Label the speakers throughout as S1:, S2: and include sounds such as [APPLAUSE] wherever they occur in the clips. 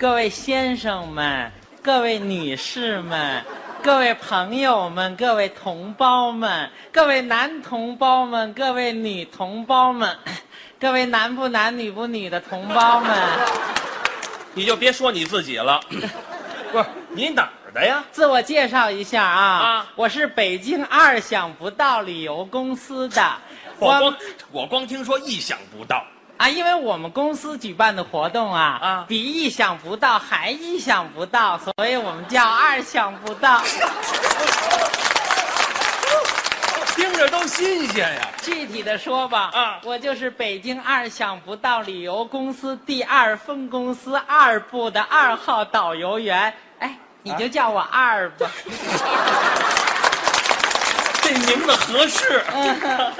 S1: 各位先生们、各位女士们、各位朋友们、各位同胞们、各位男同胞们、各位女同胞们、 [LAUGHS] 各位男不男女不女的同胞们， [LAUGHS]
S2: 你就别说你自己了，不是你哪儿的呀？
S1: 自我介绍一下啊，
S2: 啊
S1: 我是北京二想不到旅游公司的，
S2: [LAUGHS] 我
S1: 我
S2: 光我光听说意想不到，
S1: 啊，因为我们公司举办的活动啊，
S2: 啊
S1: 比意想不到还意想不到，所以我们叫二想不到。
S2: 听着都新鲜呀。
S1: 具体的说吧，
S2: 啊
S1: 我就是北京二想不到旅游公司第二分公司二部的二号导游员。哎，你就叫我二
S2: 啊
S1: 吧。
S2: 这名字合适。
S1: 嗯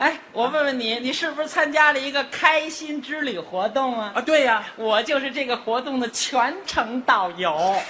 S1: 哎，我问问你，你是不是参加了一个开心之旅活动啊？
S2: [LAUGHS] 啊，对呀，
S1: 我就是这个活动的全程导游。
S2: 啊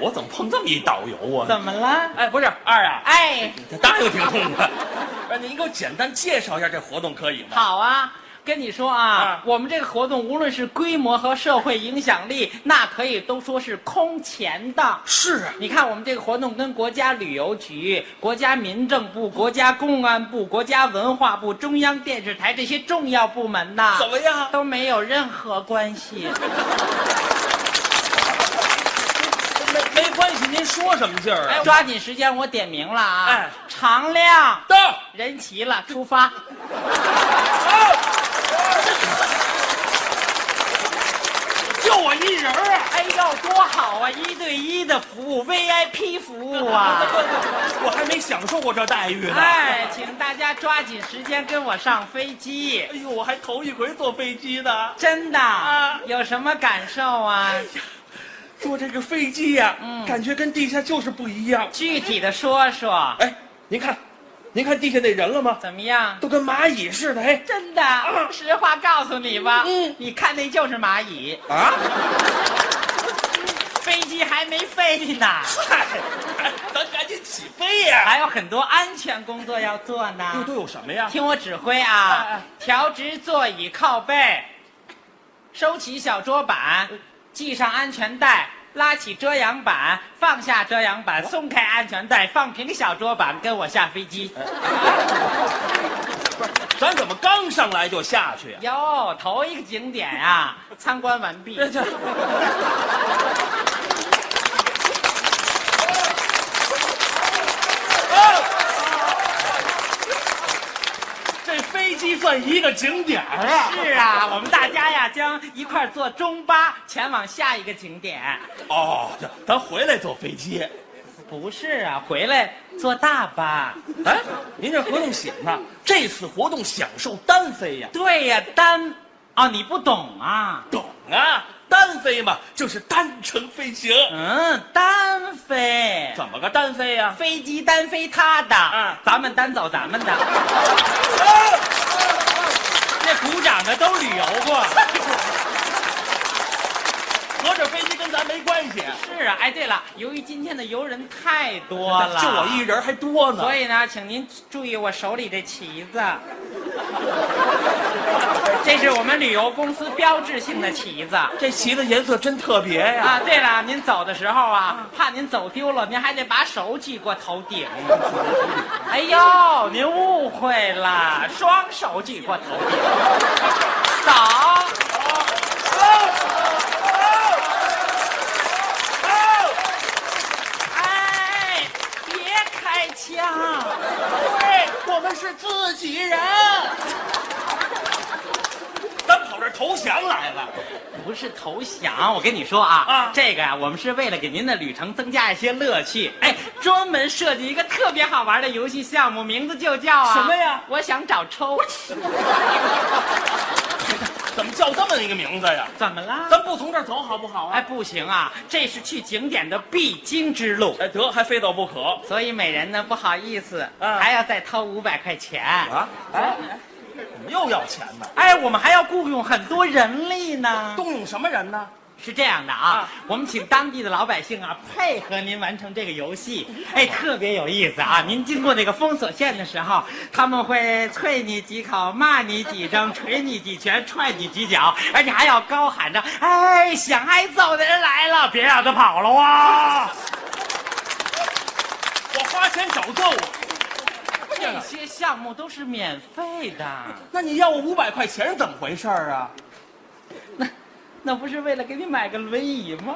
S2: 我怎么碰这么一导游啊？
S1: 怎么了？
S2: 哎，不是二啊，
S1: 哎。
S2: 他答应挺痛快。 [LAUGHS] 哎，您给我简单介绍一下这活动可以吗？
S1: 好啊，跟你说啊，
S2: 啊
S1: 我们这个活动无论是规模和社会影响力，那可以都说是空前的。
S2: 是啊，
S1: 你看，我们这个活动跟国家旅游局、国家民政部、国家公安部、国家文化部、中央电视台这些重要部门呐，
S2: 怎么样？
S1: 都没有任何关系。
S2: 没没关系，您说什么劲儿啊？
S1: 抓紧时间，哎我点名了啊！
S2: 哎
S1: 常亮，
S2: 到。
S1: 人齐了，出发。
S2: 就我一人儿啊！
S1: 哎呦，多好啊！一对一的服务，VIP 服务啊！
S2: 我还没享受过这待遇呢。
S1: 哎，请大家抓紧时间跟我上飞机，
S2: 哎呦，我还头一回坐飞机呢。
S1: 真的。
S2: 啊
S1: 有什么感受 [LAUGHS] 啊？
S2: 坐这个飞机呀、感觉跟地下就是不一样。
S1: 具体的说说，
S2: 哎，您看，您看地下那人了吗？
S1: 怎么样？呃
S2: 都跟蚂蚁似的。哎，
S1: 真的，实话告诉你吧，
S2: 嗯
S1: 你看那就是蚂蚁，
S2: 啊，
S1: 飞机还没飞呢，
S2: 嗨，哎咱赶紧起飞呀、
S1: 还有很多安全工作要做呢
S2: 又。都有什么呀？
S1: 听我指挥
S2: 哎
S1: 啊
S2: 哎，
S1: 调直座椅靠背，收起小桌板，系上安全带，拉起遮阳板，放下遮阳板，松开安全带，放平小桌板，跟我下飞机。
S2: 咱怎么刚上来就下去呀、
S1: 哟，头一个景点啊，参观完毕。
S2: 这这，这飞机算一个景点儿啊！
S1: 是啊，我们大家呀将一块儿坐中巴前往下一个景点。
S2: 哦，咱回来坐飞机。
S1: 不是啊，回来坐大巴。
S2: 哎，您这合同写呢？这次活动享受单飞呀？
S1: 对呀、单，哦，你不懂啊。
S2: 懂啊，单飞嘛，就是单程飞行。
S1: 嗯，单飞，
S2: 怎么个单飞呀、
S1: 飞机单飞他的，
S2: 嗯
S1: 咱们单走咱们的。那鼓掌的都旅游过。
S2: [LAUGHS] 合着飞机跟咱没关系，
S1: [LAUGHS] 是啊，哎，对了，由于今天的游人太多了，
S2: 就我一人还多呢。
S1: 所以呢，请您注意我手里这旗子， [LAUGHS] 这是我们旅游公司标志性的旗子。
S2: 这旗子颜色真特别呀、
S1: 啊，对了，您走的时候啊，怕您走丢了，您还得把手举过头顶。哎呦，您误会了，双手举过头顶。走，哎，别开枪。
S2: 哎对，我们是自己人。咱跑这儿投降来了，
S1: 不是投降，我跟你说啊，
S2: 啊
S1: 这个呀、我们是为了给您的旅程增加一些乐趣，哎，专门设计一个特别好玩的游戏项目，名字就叫啊
S2: 什么呀？
S1: 我想找抽，
S2: 怎么叫这么一个名字呀？
S1: 怎么了？
S2: 咱不从这儿走好不好啊？
S1: 哎，不行啊，这是去景点的必经之路，
S2: 哎，得还非走不可
S1: 所以每人呢不好意思，
S2: 啊
S1: 还要再掏五百块钱。
S2: 啊！哎，怎么又要钱呢？
S1: 哎，我们还要雇佣很多人力呢。
S2: 动用什么人呢？
S1: 是这样的啊，我们请当地的老百姓 [LAUGHS] 啊配合您完成这个游戏，哎，特别有意思啊！您经过那个封锁线的时候，他们会啐你几口，骂你几 [LAUGHS] 声，捶你几拳，踹你几脚，而且还要高喊着：“哎，想挨揍的人来了，别让他跑了啊！”
S2: 我花钱找揍啊，
S1: 这些项目都是免费的，
S2: 那你要我五百块钱是怎么回事儿啊？
S1: 那 [LAUGHS] 那不是为了给你买个轮椅 [LAUGHS] 吗？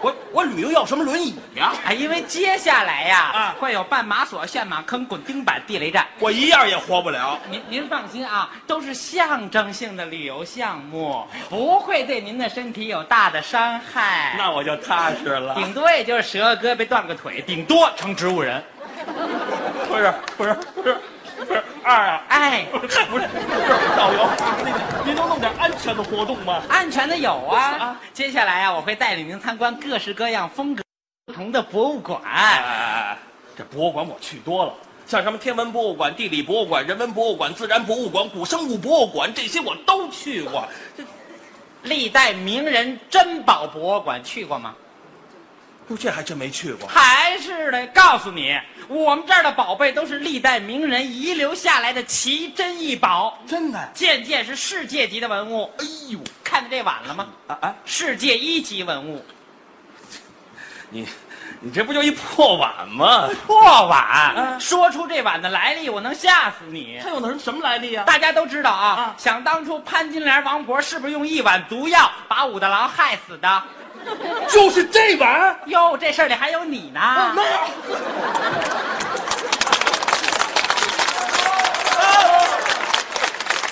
S2: 我我旅游要什么轮椅呀、
S1: 啊，因为接下来呀、
S2: 啊
S1: 会有绊马索、陷马坑、滚钉板、地雷战。
S2: 我一样也活不了。
S1: 您您放心啊，都是象征性的旅游项目，不会对您的身体有大的伤害。
S2: 那我就踏实了。
S1: 顶多也就是折个胳膊、断个腿，顶多成植物人。
S2: 不是不是不是不是二啊，
S1: 哎，
S2: 不是不是导游，您您能弄点安全的活动吗？
S1: 安全的有啊。
S2: 啊
S1: 接下来啊，我会带领您参观各式各样、风格不同的博物馆。
S2: 哎哎哎，这博物馆我去多了。像什么天文博物馆、地理博物馆、人文博物馆、自然博物馆、古生物博物馆，这些我都去过。这
S1: 历代名人珍宝博物馆去过吗？
S2: 哟，这还真没去过。
S1: 还是得告诉你，我们这儿的宝贝都是历代名人遗留下来的奇珍异宝，
S2: 真的？
S1: 件件是世界级的文物。
S2: 哎呦，
S1: 看见这碗了吗？
S2: 啊啊！
S1: 世界一级文物，
S2: 你你这不就一破碗吗？
S1: 破碗。嗯说出这碗的来历，我能吓死你。
S2: 它有的人什么来历呀、
S1: 大家都知道啊，
S2: 嗯啊
S1: 想当初潘金莲王婆是不是用一碗毒药把武大郎害死的？
S2: 就是这碗。
S1: 哟，这事儿里还有你呢。
S2: 哦没有。
S1: [LAUGHS]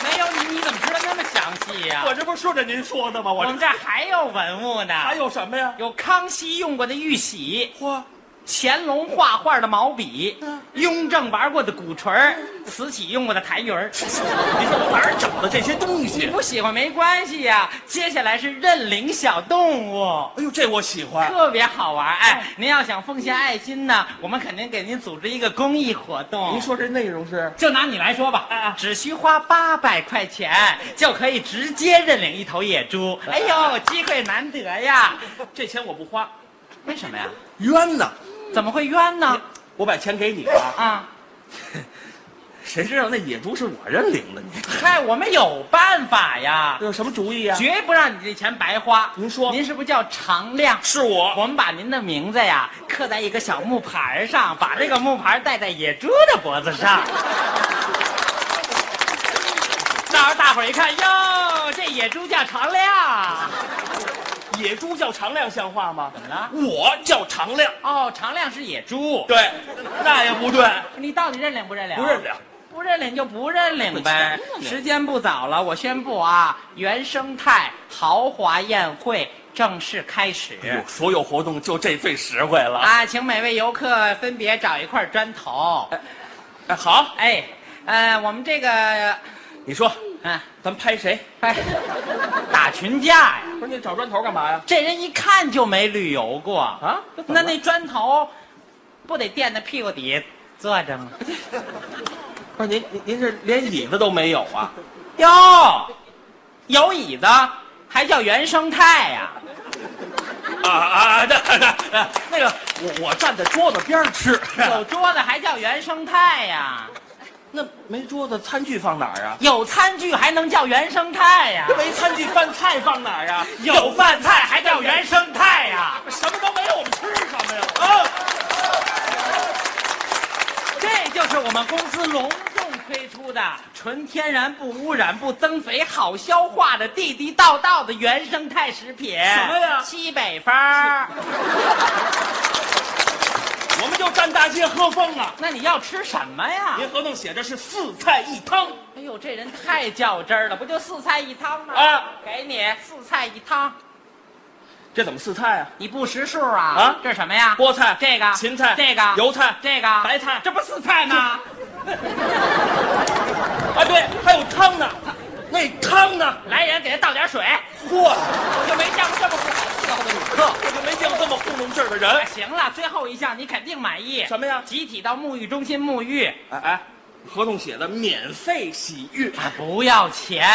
S1: 没有你，你怎么知道那么详细呀、
S2: 我这不是顺着您说的吗？
S1: 我
S2: 我
S1: 们
S2: 这
S1: 这儿还有文物呢，
S2: 还有什么呀？
S1: 有康熙用过的玉玺，
S2: 嚯，
S1: 乾隆画画的毛笔，
S2: 嗯
S1: 雍正玩过的鼓槌儿，慈禧用过的痰盂儿。
S2: 你说我哪儿找的这些东
S1: 你
S2: 西？
S1: 不喜欢没关系呀、接下来是认领小动物，
S2: 哎呦，这我喜欢。
S1: 特别好玩。哎，
S2: 嗯
S1: 您要想奉献爱心呢，我们肯定给您组织一个公益活动。
S2: 您，说这嗯内容是？
S1: 就拿你来说吧，只需花八百块钱就可以直接认领一头野猪。哎
S2: 嗯
S1: 呦，机会难得呀！
S2: [LAUGHS] 这钱我不花，
S1: 为什么呀？
S2: 冤呐！
S1: 怎么会冤呢？
S2: 我把钱给你了，
S1: 啊，
S2: 谁知道那野猪是我认领的？你
S1: 嗨，我们有办法呀，
S2: 有什么主意呀、
S1: 绝不让你这钱白花。
S2: 您说
S1: 您是不是叫常亮？
S2: 是我，
S1: 我们把您的名字呀刻在一个小木牌儿上，把这个木牌儿戴在野猪的脖子
S2: [LAUGHS]
S1: 上。到时候大伙儿一看，哟，这野猪叫常亮。
S2: 野猪叫常亮，像话吗？
S1: 怎么了？
S2: 我叫常亮，
S1: 哦，常亮是野猪。
S2: 对，那也不对，
S1: 你到底认领不认领？
S2: 不认。了。
S1: 不认领就不认领呗。时间不早了，我宣布啊，原生态豪华宴会正式开始。
S2: 哎呦，所有活动就这最实惠了。
S1: 啊，请每位游客分别找一块砖头。
S2: 哎，好，
S1: 哎，呃，我们这个，
S2: 你说
S1: 啊，
S2: 咱拍谁？
S1: 哎，打群架呀，
S2: 不是你找砖头干嘛呀？
S1: 这人一看就没旅游过啊
S2: 啊。
S1: 那那砖头，不得垫在屁股底下坐着吗？
S2: 不是您您您这连椅子都没有啊？
S1: 哟，有椅子还叫原生态 [LAUGHS] 呀、
S2: 啊啊，那那那那个，我我站在桌子边儿吃。 [LAUGHS]
S1: 有桌子还叫原生态呀、
S2: 那没桌子，餐具放哪儿啊？
S1: 有餐具还能叫原生态呀、
S2: 没餐具，饭菜放哪儿啊？
S1: 有饭菜还叫原生态呀、
S2: 什么都没有，我们吃什么呀？
S1: 啊！这就是我们公司隆重推出的纯天然、不污染、不增肥、好消化的地地道道的原生态食品。什
S2: 么呀
S1: 西北风儿。
S2: 我们就站大街喝风啊！
S1: 那你要吃什么呀？
S2: 您合同写着是四菜一汤，
S1: 哎呦，这人太较真儿了，不就四菜一汤吗？
S2: 啊，
S1: 给你四菜一汤，
S2: 这怎么四菜啊？
S1: 你不识数啊？
S2: 啊
S1: 这是什么呀？
S2: 菠菜、
S1: 这个
S2: 芹菜、
S1: 这个
S2: 油菜、
S1: 这个
S2: 白菜
S1: 这不四菜吗？
S2: 啊，对，还有汤呢。那汤呢？
S1: 来人，给他倒点水。
S2: 嚯，
S1: 我就没见过这么会伺候的旅客。
S2: [LAUGHS] 我就没见过这么糊弄事儿的
S1: 哎
S2: 人。
S1: 行了，最后一项你肯定满意。
S2: 什么呀
S1: 集体到沐浴中心沐浴。
S2: 哎哎，哎合同写的免费洗浴，
S1: 啊，不要钱，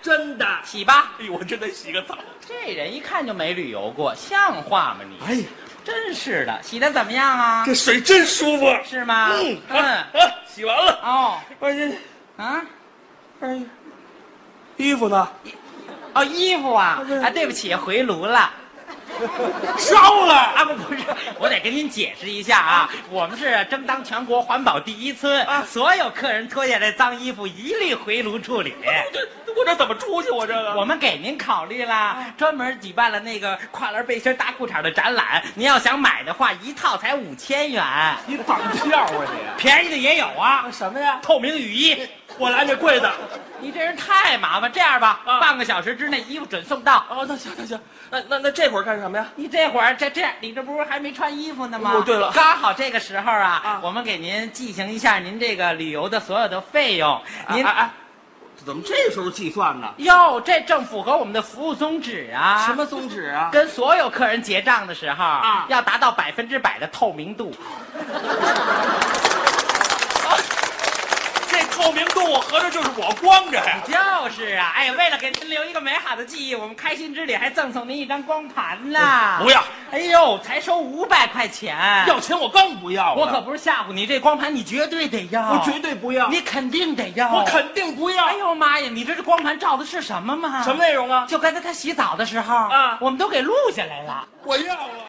S2: 真的。
S1: 洗吧。
S2: 哎呦，我真得洗个澡。
S1: 这人一看就没旅游过，像话吗你？
S2: 哎呀，
S1: 真是的，洗的怎么样啊？
S2: 这水真舒服。
S1: 是吗？
S2: 嗯，啊
S1: 嗯，
S2: 啊，洗完了。
S1: 哦，
S2: 哎呀，
S1: 啊
S2: 哎，衣服呢？
S1: 哦，衣服啊
S2: 嗯
S1: 啊，对不起，回炉了。
S2: 烧了。
S1: 啊不不是，我得跟您解释一下啊，我们是争当全国环保第一村，
S2: 啊
S1: 所有客人脱下来脏衣服一律回炉处理。
S2: 这我这怎么出去？啊我这个
S1: 我们给您考虑啦，
S2: 啊
S1: 专门举办了那个跨栏背心大裤衩的展览，您要想买的话，一套才五千元，
S2: 你绑票啊
S1: 便宜的也有啊
S2: 你？。什么呀？
S1: 透明雨衣，
S2: 我来这贵的。
S1: 你这人太麻烦。这样吧，
S2: 啊
S1: 半个小时之内衣服准送到。
S2: 哦，那行那行，那那那这会儿干什么呀？
S1: 你这会儿这这，你这不是还没穿衣服呢吗？
S2: 哦对了
S1: 刚好这个时候啊，
S2: 啊
S1: 我们给您进行一下您这个旅游的所有的费用。您
S2: 哎哎，怎么这时候计算呢？
S1: 哟，这正符合我们的服务宗旨啊！
S2: 什？么宗旨啊？
S1: 跟所有客人结账的时候
S2: 啊
S1: 要达到百分之百的透明度。
S2: 这透明度，我合着就是我光着呀。
S1: 就是啊，哎，为了给您留一个美好的记忆，我们开心之旅还赠送您一张光盘呢。
S2: 哦不要！
S1: 哎呦，才收五百块钱。
S2: 要钱我更不要了，
S1: 我可不是吓唬你，这光盘你绝对得要，
S2: 我绝对不要，
S1: 你肯定得要，
S2: 我肯定不要。
S1: 哎呦妈呀！你这这光盘照的是什么吗？
S2: 什么？内容啊？
S1: 就刚才他洗澡的时候
S2: 啊
S1: 我们都给录下来了。
S2: 我要了。